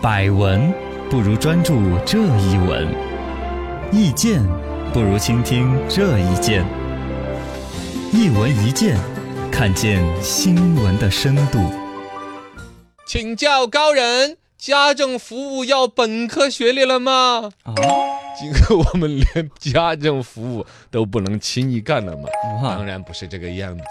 百闻不如专注这一闻，意见不如倾听这一见。一闻一见，看见新闻的深度。请教高人，家政服务要本科学历了吗？啊，今后我们连家政服务都不能轻易干了吗？当哇，然不是这个样子。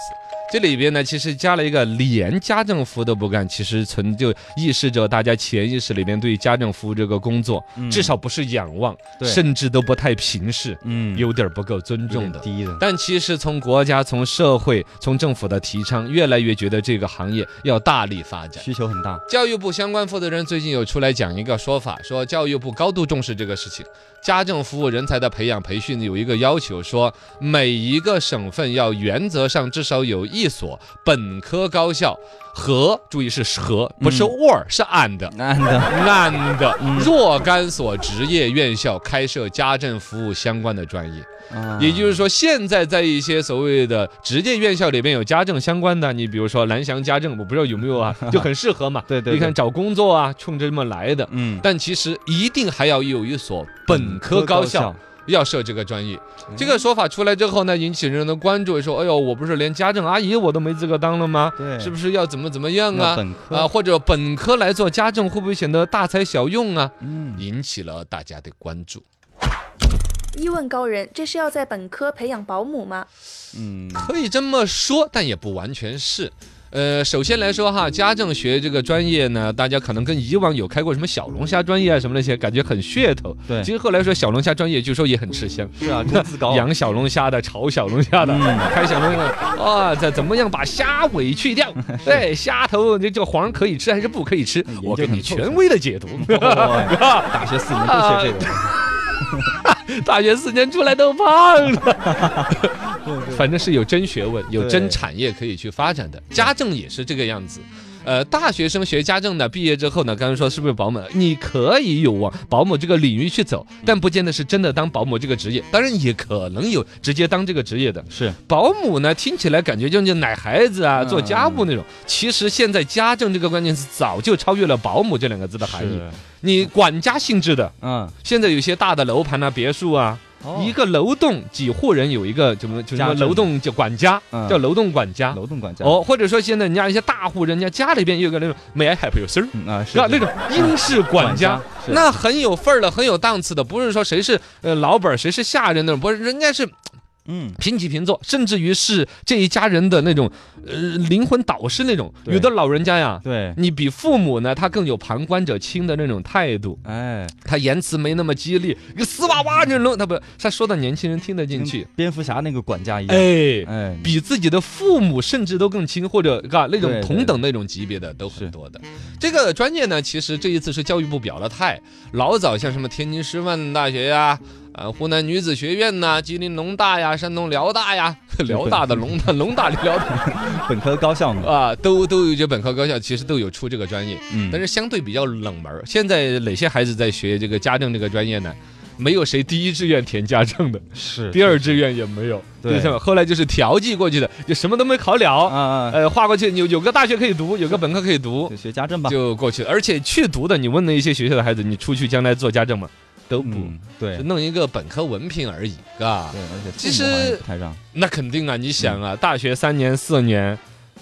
这里边呢，其实加了一个连家政服务都不干，其实存就意示着大家潜意识里面对家政服务这个工作，至少不是仰望，嗯对甚至都不太平视，嗯有点不够尊重的。低的，但其实从国家、从社会、从政府的提倡，越来越觉得这个行业要大力发展。需求很大。教育部相关负责人最近有出来讲一个说法，说教育部高度重视这个事情。家政服务人才的培养培训有一个要求，说每一个省份要原则上至少有一所本科高校和，注意是和，不是 or，、是 and。男的， and 若干所职业院校开设家政服务相关的专业， 啊也就是说，现在在一些所谓的职业院校里边有家政相关的，你比如说蓝翔家政，我不知道有没有啊，就很适合嘛。对对对你看找工作啊，冲着这么来的。嗯，但其实一定还要有一所本科高校，要设这个专业。嗯这个说法出来之后呢，引起人的关注，说：“哎呦，我不是连家政阿姨我都没资格当了吗？对，是不是要怎么怎么样那啊？本科啊，，或者本科来做家政会不会显得大材小用啊？”嗯，引起了大家的关注。一问高人，这是要在本科培养保姆吗？嗯，可以这么说，但也不完全是。呃，首先来说哈，家政学这个专业呢，大家可能跟以往有开过什么小龙虾专业啊什么那些，感觉很噱头。对其实嗯后来说小龙虾专业，据说也很吃香。是啊，工资高，嗯养小龙虾的、炒小龙虾的、开小龙虾的，啊，这怎么样把虾尾 去掉？对，虾头这这黄可以吃还是不可以吃哎？研我究给很你透权威的解读。 哦大学四年都学这个，大学四年出来都胖了，反正是有真学问，有真产业可以去发展的。家政也是这个样子。呃，大学生学家政的，毕业之后呢，刚才说是不是保姆？你可以有往保姆这个领域去走，但不见得是真的当保姆这个职业。当然，也可能有直接当这个职业的。是保姆呢，听起来感觉就是奶孩子啊，嗯做家务那种。其实现在家政这个关键词早就超越了保姆这两个字的含义。你管家性质的，嗯，现在有些大的楼盘啊、别墅啊，哦一个楼栋几户人有一个怎么就什家么政楼栋叫管家嗯，叫楼栋管家。楼栋管家，哦，或者说现在人家一些大户人家家里边也有个那种 May I help you sir？嗯啊，是是吧？那种英式管家。，是那很有份儿的，很有档次的，不是说谁是呃老板儿，谁是下人那种，不是，人家是嗯，平起平坐，甚至于是这一家人的那种呃灵魂导师那种。对有的老人家呀，对，你比父母呢，他更有旁观者清的那种态度，哎，他言辞没那么激烈，一个丝娃娃这种，他不，他说的年轻人听得进去，跟蝙蝠侠那个管家一样，哎。哎，比自己的父母甚至都更亲，或者嘎那种对对同等那种级别的都很多的。这个专业呢，其实这一次是教育部表了态，老早像什么天津师范大学呀、啊、湖南女子学院呐、吉林农大呀、山东辽大呀、 辽大 的农大、农大辽大 本科高校嘛，啊，都都有这本科高校，其实都有出这个专业，嗯但是相对比较冷门儿。现在哪些孩子在学这个家政这个专业呢？没有谁第一志愿填家政的， 是第二志愿也没有，对就是后来就是调剂过去的，就什么都没考啊了，啊，呃，划过去有有个大学可以读，有个本科可以读就，学家政吧，就过去了。而且去读的，你问了一些学校的孩子，你出去将来做家政吗？都不，嗯，对就，弄一个本科文凭而已，啊，对，而且其父母好像实也不太让，那肯定啊，你想啊，大学三年四年。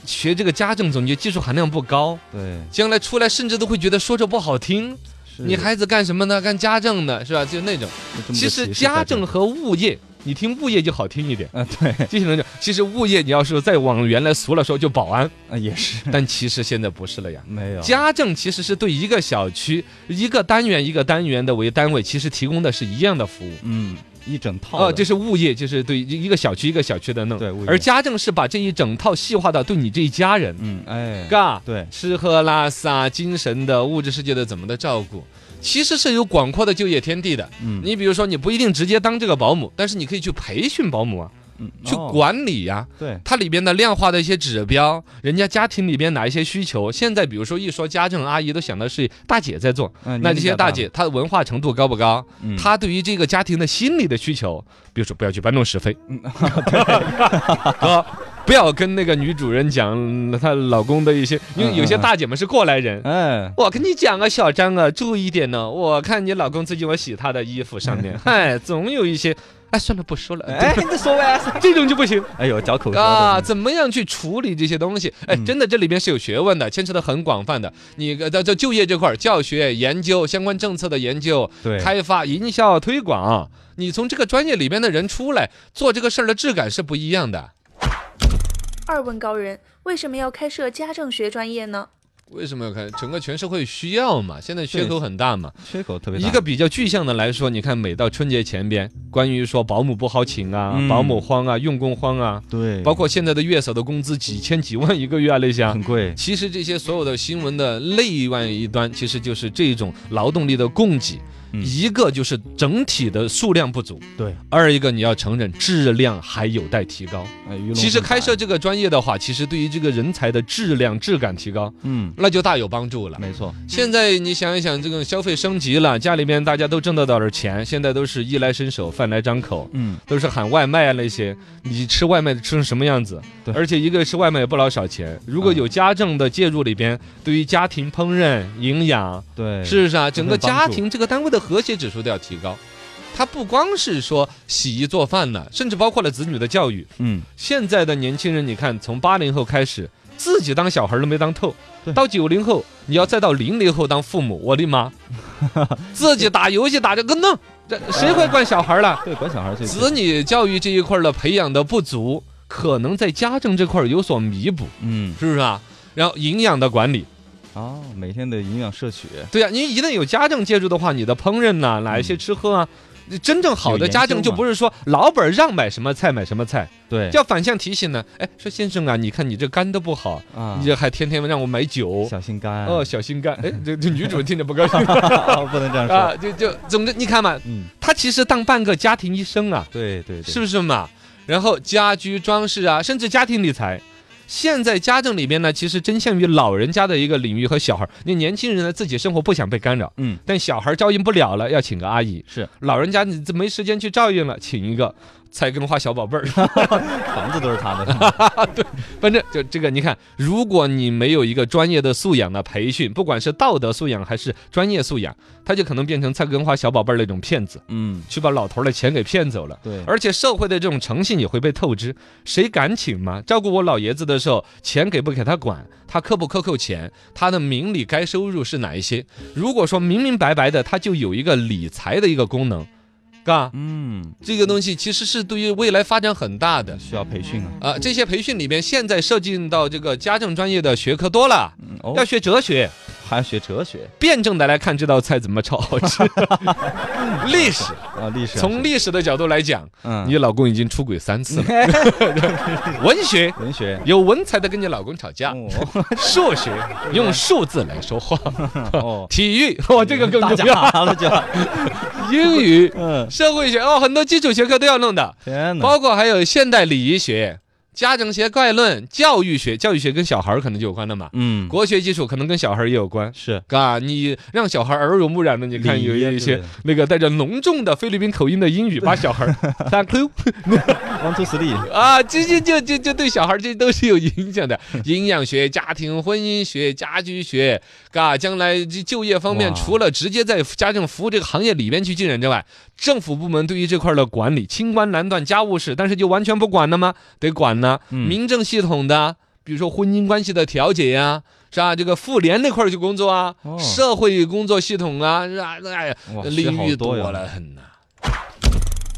学这个家政总结技术含量不高，对，将来出来甚至都会觉得说着不好听。是你孩子干什么呢？干家政的是吧？就那种。有嗯这么个其歧实视家在这政里，和物业，你听物业就好听一点。嗯，对，继续能讲，其实物业你要是再往原来俗了说，就保安，啊也是 但其实现在不是 了呀。没有，家政其实是对一个小区、一个单元、一个单元的为单位，其实提供的是一样的服务。嗯，一整套哦，的这是物业，就是对一个小区一个小区的弄。对物业而家政是把这一整套细化到对你这一家人，嗯，哎，嘎，对，吃喝拉撒、精神的、物质世界的怎么的照顾，其实是有广阔的就业天地的。嗯，你比如说，你不一定直接当这个保姆，但是你可以去培训保姆啊，嗯去哦管理呀、对，它里边的量化的一些指标，人家家庭里边哪一些需求，现在比如说一说家政阿姨，都想到是大姐在做，嗯那这些大，年姐她的文化程度高不高？龄比较大她对于这个嗯 家庭的心理的需求，比如说不要去搬弄是非，嗯嗯，啊，不要跟那个女主人讲她老公的一些，因嗯为有些大姐们是过来人。哎，我跟你讲啊，小张啊，注意点呢、我看你老公最近我洗他的衣服上 面，嗨，总有一些，哎，算了，不说了。 哎，你说完，这种就不 行哎呦，嚼口哨啊！的，怎么样去处理这些东西？哎，嗯真的，这里面是有学问的，牵扯的很广泛的。你呃在这就业这块儿，教学研究、相关政策的研究、对，开发、营销、推广，你从这个专业里边的人出来做这个事儿的质感是不一样的。二问高人，为什么要开设家政学专业呢？为什么要看？整个全社会需要嘛，现在缺口很大嘛。缺口特别大，一个比较具象的来说，你看每到春节前边，关于说保姆不好请啊、嗯保姆荒啊、用工荒啊，对，嗯包括现在的月嫂的工资几千几万一个月啊那些啊很，贵，其实这些所有的新闻的另外一端，其实就是这种劳动力的供给，嗯一个就是整体的数量不足，对，二一个你要承认质量还有待提高。哎鱼龙其实混杂开设，这个专业的话，其实对于这个人才的质量质感提高，嗯，那就大有帮助了。没错，现在你想一想，这种消费升级了，家里面大家都挣得到点钱，现在都是衣来伸手，饭来张口。嗯，都是喊外卖啊那些，你吃外卖吃成什么样子？对而且一个吃外卖也不老少钱。如果有家政的介入里边，对于家庭烹饪、营养，对，是不是啊？整个很帮家助庭这个单位的和谐指数都要提高。它不光是说洗衣做饭了，甚至包括了子女的教育。嗯，现在的年轻人，你看，从八零后开始，自己当小孩儿都没当透对，到九零后，你要再到零零后当父母，我的 妈，自己打游戏打着个弄，这谁会管小孩儿了？对，管小孩最子女教育这一块儿的培养的不足，可能在家政这块儿有所弥补，嗯，是不是啊？然后营养的管理，哦，每天的营养摄取，对啊，你一旦有家政介入的话，你的烹饪呐、哪一些吃喝啊，真正好的家政有研就究嘛不是说老板让买什么菜买什么菜，对，要反向提醒呢。哎，说先生啊，你看你这肝都不好，啊你，这还天天让我买酒，小心肝，哦，小心肝。哎，这这女 主听着不高兴啊不能这样说，啊，就就总之你看嘛，嗯，他其实当半个家庭医生啊，对对对，是不是嘛？然后家居装饰啊，甚至家庭理财。现在家政里边呢，其实针向于老人家的一个领域和小孩儿。你年轻人呢，自己生活不想被干扰，嗯，但小孩儿照应不了了，要请个阿姨。是，老人家你这没时间去照应了，请一个菜根花小宝贝儿。房子都是 他的，反正就这个，你看，如果你没有一个专业的素养的培训，不管是道德素养还是专业素养，他就可能变成菜根花小宝贝儿那种骗子，嗯，去把老头儿的钱给骗走了。对，而且社会的这种诚信也会被透支，谁敢请嘛？照顾我老爷子的时候，钱给不给他管，他克不克扣钱，他的明里该收入是哪一些？如果说明明白白的，他就有一个理财的一个功能，嘎，嗯，这个东西其实是对于未来发展很大的。需要培训啊，啊、这些培训里面，现在涉及到这个家政专业的学科多了，嗯哦要，学哲学，还要学哲学辩证的来看这道菜怎么 炒好吃。历史，啊，历史啊，从历史的角度来讲，嗯，你老公已经出轨三次了。 文学文学，有文采的跟你老公吵架， 哦数学用数字来说话，哦，体育嗯 哦这个更大重家要，了就，英 语、嗯，社会学哦，很多基础学科都要弄的，天哪，包括还有现代礼仪学、家政学概论、教育学，教育学跟小孩儿可能就有关了嘛，嗯，国学基础可能跟小孩儿也有关。是啊，你让小孩耳濡目染的，你看礼仪有啊一之类些的那个带着浓重的菲律宾口音的英语，把 小孩儿 thank you one two three，啊，这这这这这对小孩儿这都是有影响的。嗯营养学、家庭婚姻学、家居学，嘎，将来这就业方面，哇除了直接在家政服务这个行业里边去进人之外，政府部门对于这块儿的管理，清官难断家务事，但是就完全不管了吗？得管呢。嗯民政系统的，比如说婚姻关系的调解呀、是吧？这个妇联那块儿去工作啊，哦社会工作系统啊，是吧？哎呀，哇，学领好域多多呀，了很呐、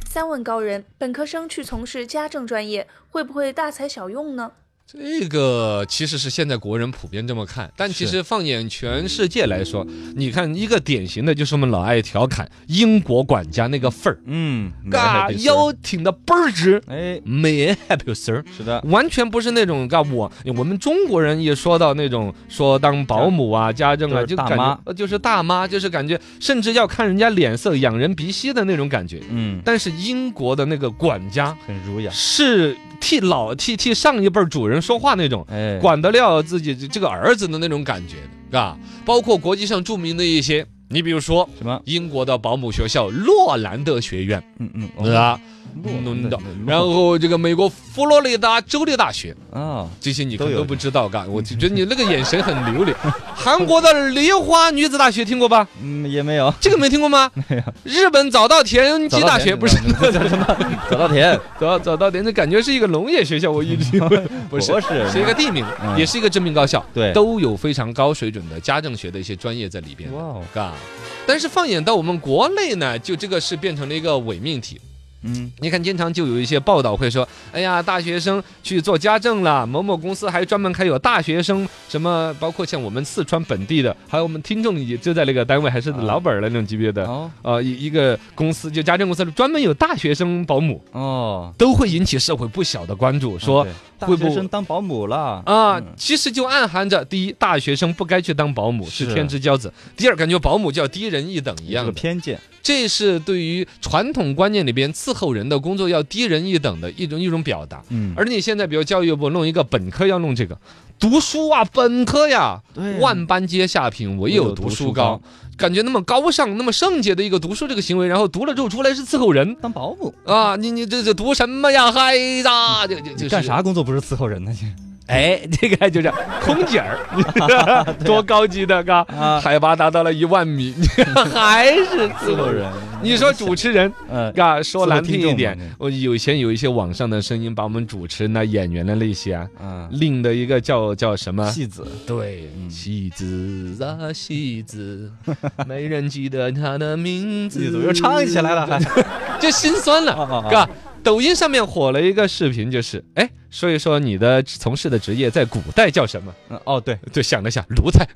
三问高人，本科生去从事家政专业，会不会大材小用呢？这个其实是现在国人普遍这么看，但其是实放眼全世界来说，你看一个典型的就是我们老爱调侃英国管家那个份儿，嗯，嘎没事腰挺的倍儿直哎， ，man happy sir。是的， 完全不是那种嘎我我们中国人一说到那种说当保姆啊、家政啊，就是就大感觉妈呃就是大妈，就是感觉甚至要看人家脸色、仰人鼻息的那种感觉。嗯，但是英国的那个管家很儒雅，是替老替替上一辈儿主人说话那种，哎，管得了自己这这个儿子的那种感觉的，是吧？包括国际上著名的一些，你比如说什么？英国的保姆学校——洛兰德学院，嗯嗯，啊，洛轮的的，然后这个美国佛罗里达州立大学，啊，这些你可都能有都不知道，嗯嘎，我就觉得你那个眼神很 流利。韩国的梨花女子大学听过吧？嗯，也没有这个没听过吗？日本早稻田机大学不是 嗯早稻田，早早稻田，这感觉是一个农业学校，我一直以 为不是博，士是一个地名，嗯也是一个知名高校，对都有非常高水准的家政学的一些专业在里边的。哇哦，嘎，但是放眼到我们国内呢，就这个是变成了一个伪命题。嗯，你看，经常就有一些报道会说，哎呀，大学生去做家政了，某某公司还专门开有大学生什么，包括像我们四川本地的，还有我们听众也就在那个单位，还是老板儿的那种级别的，哦呃，一一个公司就家政公司专门有大学生保姆，哦，都会引起社会不小的关注，说。嗯对会大学不生当保姆了啊嗯，其实就暗含着：第一，大学生不该去当保姆，是是天之骄子；第二，感觉保姆就要低人一等一这样个的，偏见，这是对于传统观念里边伺候人的工作要低人一等的一种一种表达。嗯，而你现在比如教育部弄一个本科要弄这个，读书啊，本科呀，对啊万般皆下品，唯有读书高唯有读。感觉那么高尚、那么圣洁的一个读书这个行为，然后读了之后出来是伺候人当保姆，啊！你你这这读什么呀？嗨呀，这这这你干啥？工作不是伺候人呢？哎，这个就 这空姐儿，多高级的嘎！啊，海拔达到了一万 米，还是伺伺候候人。人，你说主持人，呃，嘎，说伺候难听听一众点嘛对，我有些有一些网上的声音把我们主持人啊、演员的那些啊， 嗯，另的一个叫叫什么？戏子，对，嗯戏子啊，戏 子，没人记得他的名字。戏子又唱起来了，还，就心酸啊了，啊啊嘎。抖音上面火了一个视频，就是哎，说一说你的从事的职业在古代叫什么？嗯 哦对，就想了想，奴才，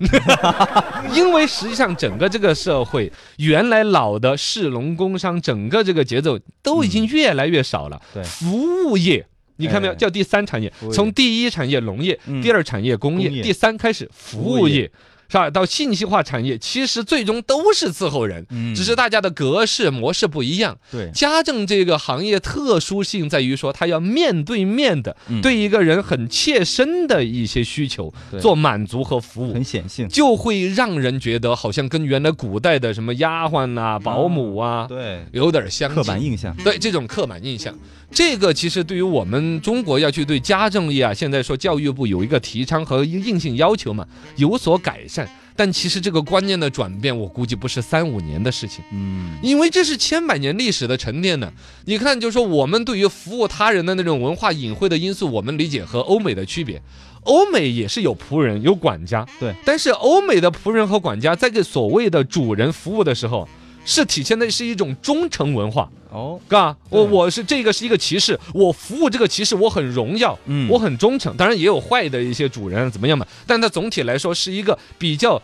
因为实际上整个这个社会，原来老的士农工商整个这个节奏都已经越来越少了。嗯对服务业，你看没有，哎叫第三产业服务，业从第一产业农业，嗯第二产业工业，工业第三开始服服务务业业，是吧？到信息化产业，其实最终都是伺候人。嗯只是大家的格式模式不一样，对，家政这个行业特殊性在于说，它要面对面的嗯对一个人很切身的一些需求对做满足和服务很。显性，就会让人觉得好像跟原来古代的什么丫鬟呐、保姆啊，对，有点相刻板近。印象，对这种刻板印象，这个其实对于我们中国要去对家政业啊，现在说教育部有一个提倡和硬性要求嘛，有所改善。但其实这个观念的转变，我估计不是三五年的事情。嗯，因为这是千百年历史的沉淀呢。你看，就说我们对于服务他人的那种文化隐晦的因素，我们理解和欧美的区别。欧美也是有仆人、有管家，对。但是欧美的仆人和管家在给所谓的主人服务的时候，是体现的是一种忠诚文化，哦，嘎，对我我是这个是一个骑士，我服务这个骑士，我很荣耀，嗯我很忠诚。当然也有坏的一些主人怎么样嘛，但它总体来说是一个比较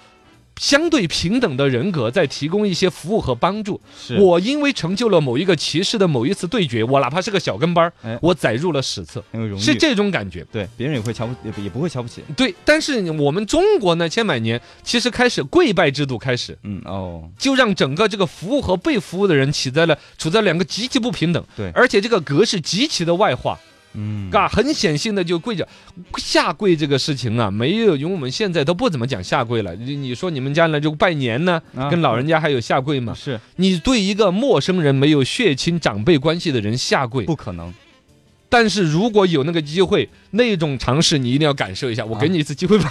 相对平等的人格，在提供一些服务和帮助。是我因为成就了某一个骑士的某一次对决，我哪怕是个小跟班儿哎，我载入了史册，很有荣誉，是这种感觉。对，别人也会瞧不也不也不会瞧不起，对，但是我们中国呢，千百年其实开始跪拜制度开始，嗯哦，就让整个这个服务和被服务的人起在了处在两个极其不平等，对而且这个格式极其的外化，嗯，嘎，很显性的就跪着下跪这个事情啊，没有，因为我们现在都不怎么讲下跪了。你你说你们家呢，就拜年呢，啊跟老人家还有下跪吗？是你对一个陌生人没有血亲长辈关系的人下跪，不可能，但是如果有那个机会，那种尝试你一定要感受一下。我给啊你一次机会吧。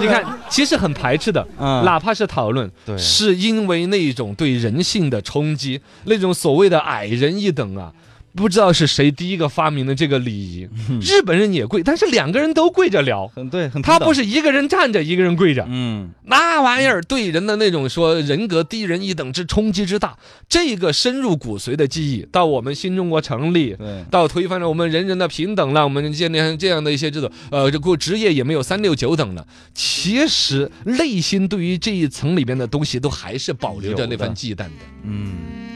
你看，其实很排斥的，啊哪怕是讨论，对嗯是因为那种对人性的冲击，那种所谓的矮人一等啊。不知道是谁第一个发明的这个礼仪，嗯日本人也跪，但是两个人都跪着聊，很对，很他平等不，是一个人站着，一个人跪着，嗯，那玩意儿对人的那种说人格低人一等之冲击之大，这个深入骨髓的记忆，到我们新中国成立，对，到推翻了我们人人的平等了，我们建立这样的一些制度，呃，这过职业也没有三六九等了。其实内心对于这一层里边的东西，都还是保留着那份忌惮的。嗯，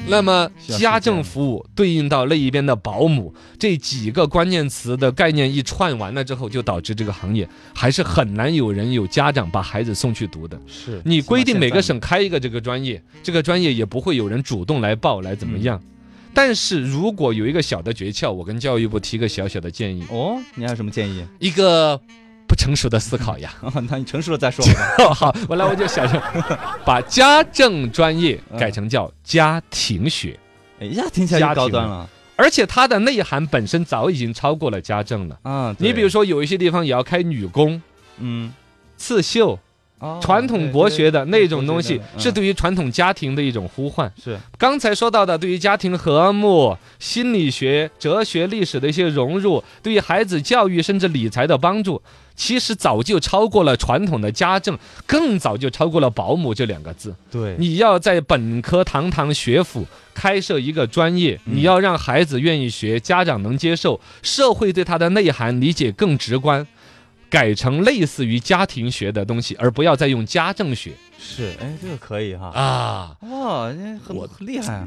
那么需要时间家政服务对应到那一边的保姆，这几个关键词的概念一串完了之后，就导致这个行业还是很难有人有家长把孩子送去读的。是你规定每个省开一个这个专业，这个专业也不会有人主动来报来怎么样。但是如果有一个小的诀窍，我跟教育部提个小小的建议，哦，你还有什么建议？ 哦一个不成熟的思考呀。那你成熟了再说 吧。好，我来我就想着，把家政专业改成叫家庭学。哎呀，听起来家就高庭端了，而且它的内涵本身早已经超过了家政了。啊，你比如说，说，有一些地方也要开女工、嗯，刺绣、哦传统国学的那种东西，是对对于嗯传统家庭的一种呼唤。是刚才说到的，对于家庭和睦、心理学、哲学、历史的一些融入，对于孩子教育甚至理财的帮助，其实早就超过了传统的家政，更早就超过了保姆这两个字。对你要在本科堂堂学府开设一个专业，嗯你要让孩子愿意学，家长能接受，社会对它的内涵理解更直观。改成类似于家庭学的东西，而不要再用家政学是，哎，这个可以哈，哦啊。哇，那很我很厉害啊。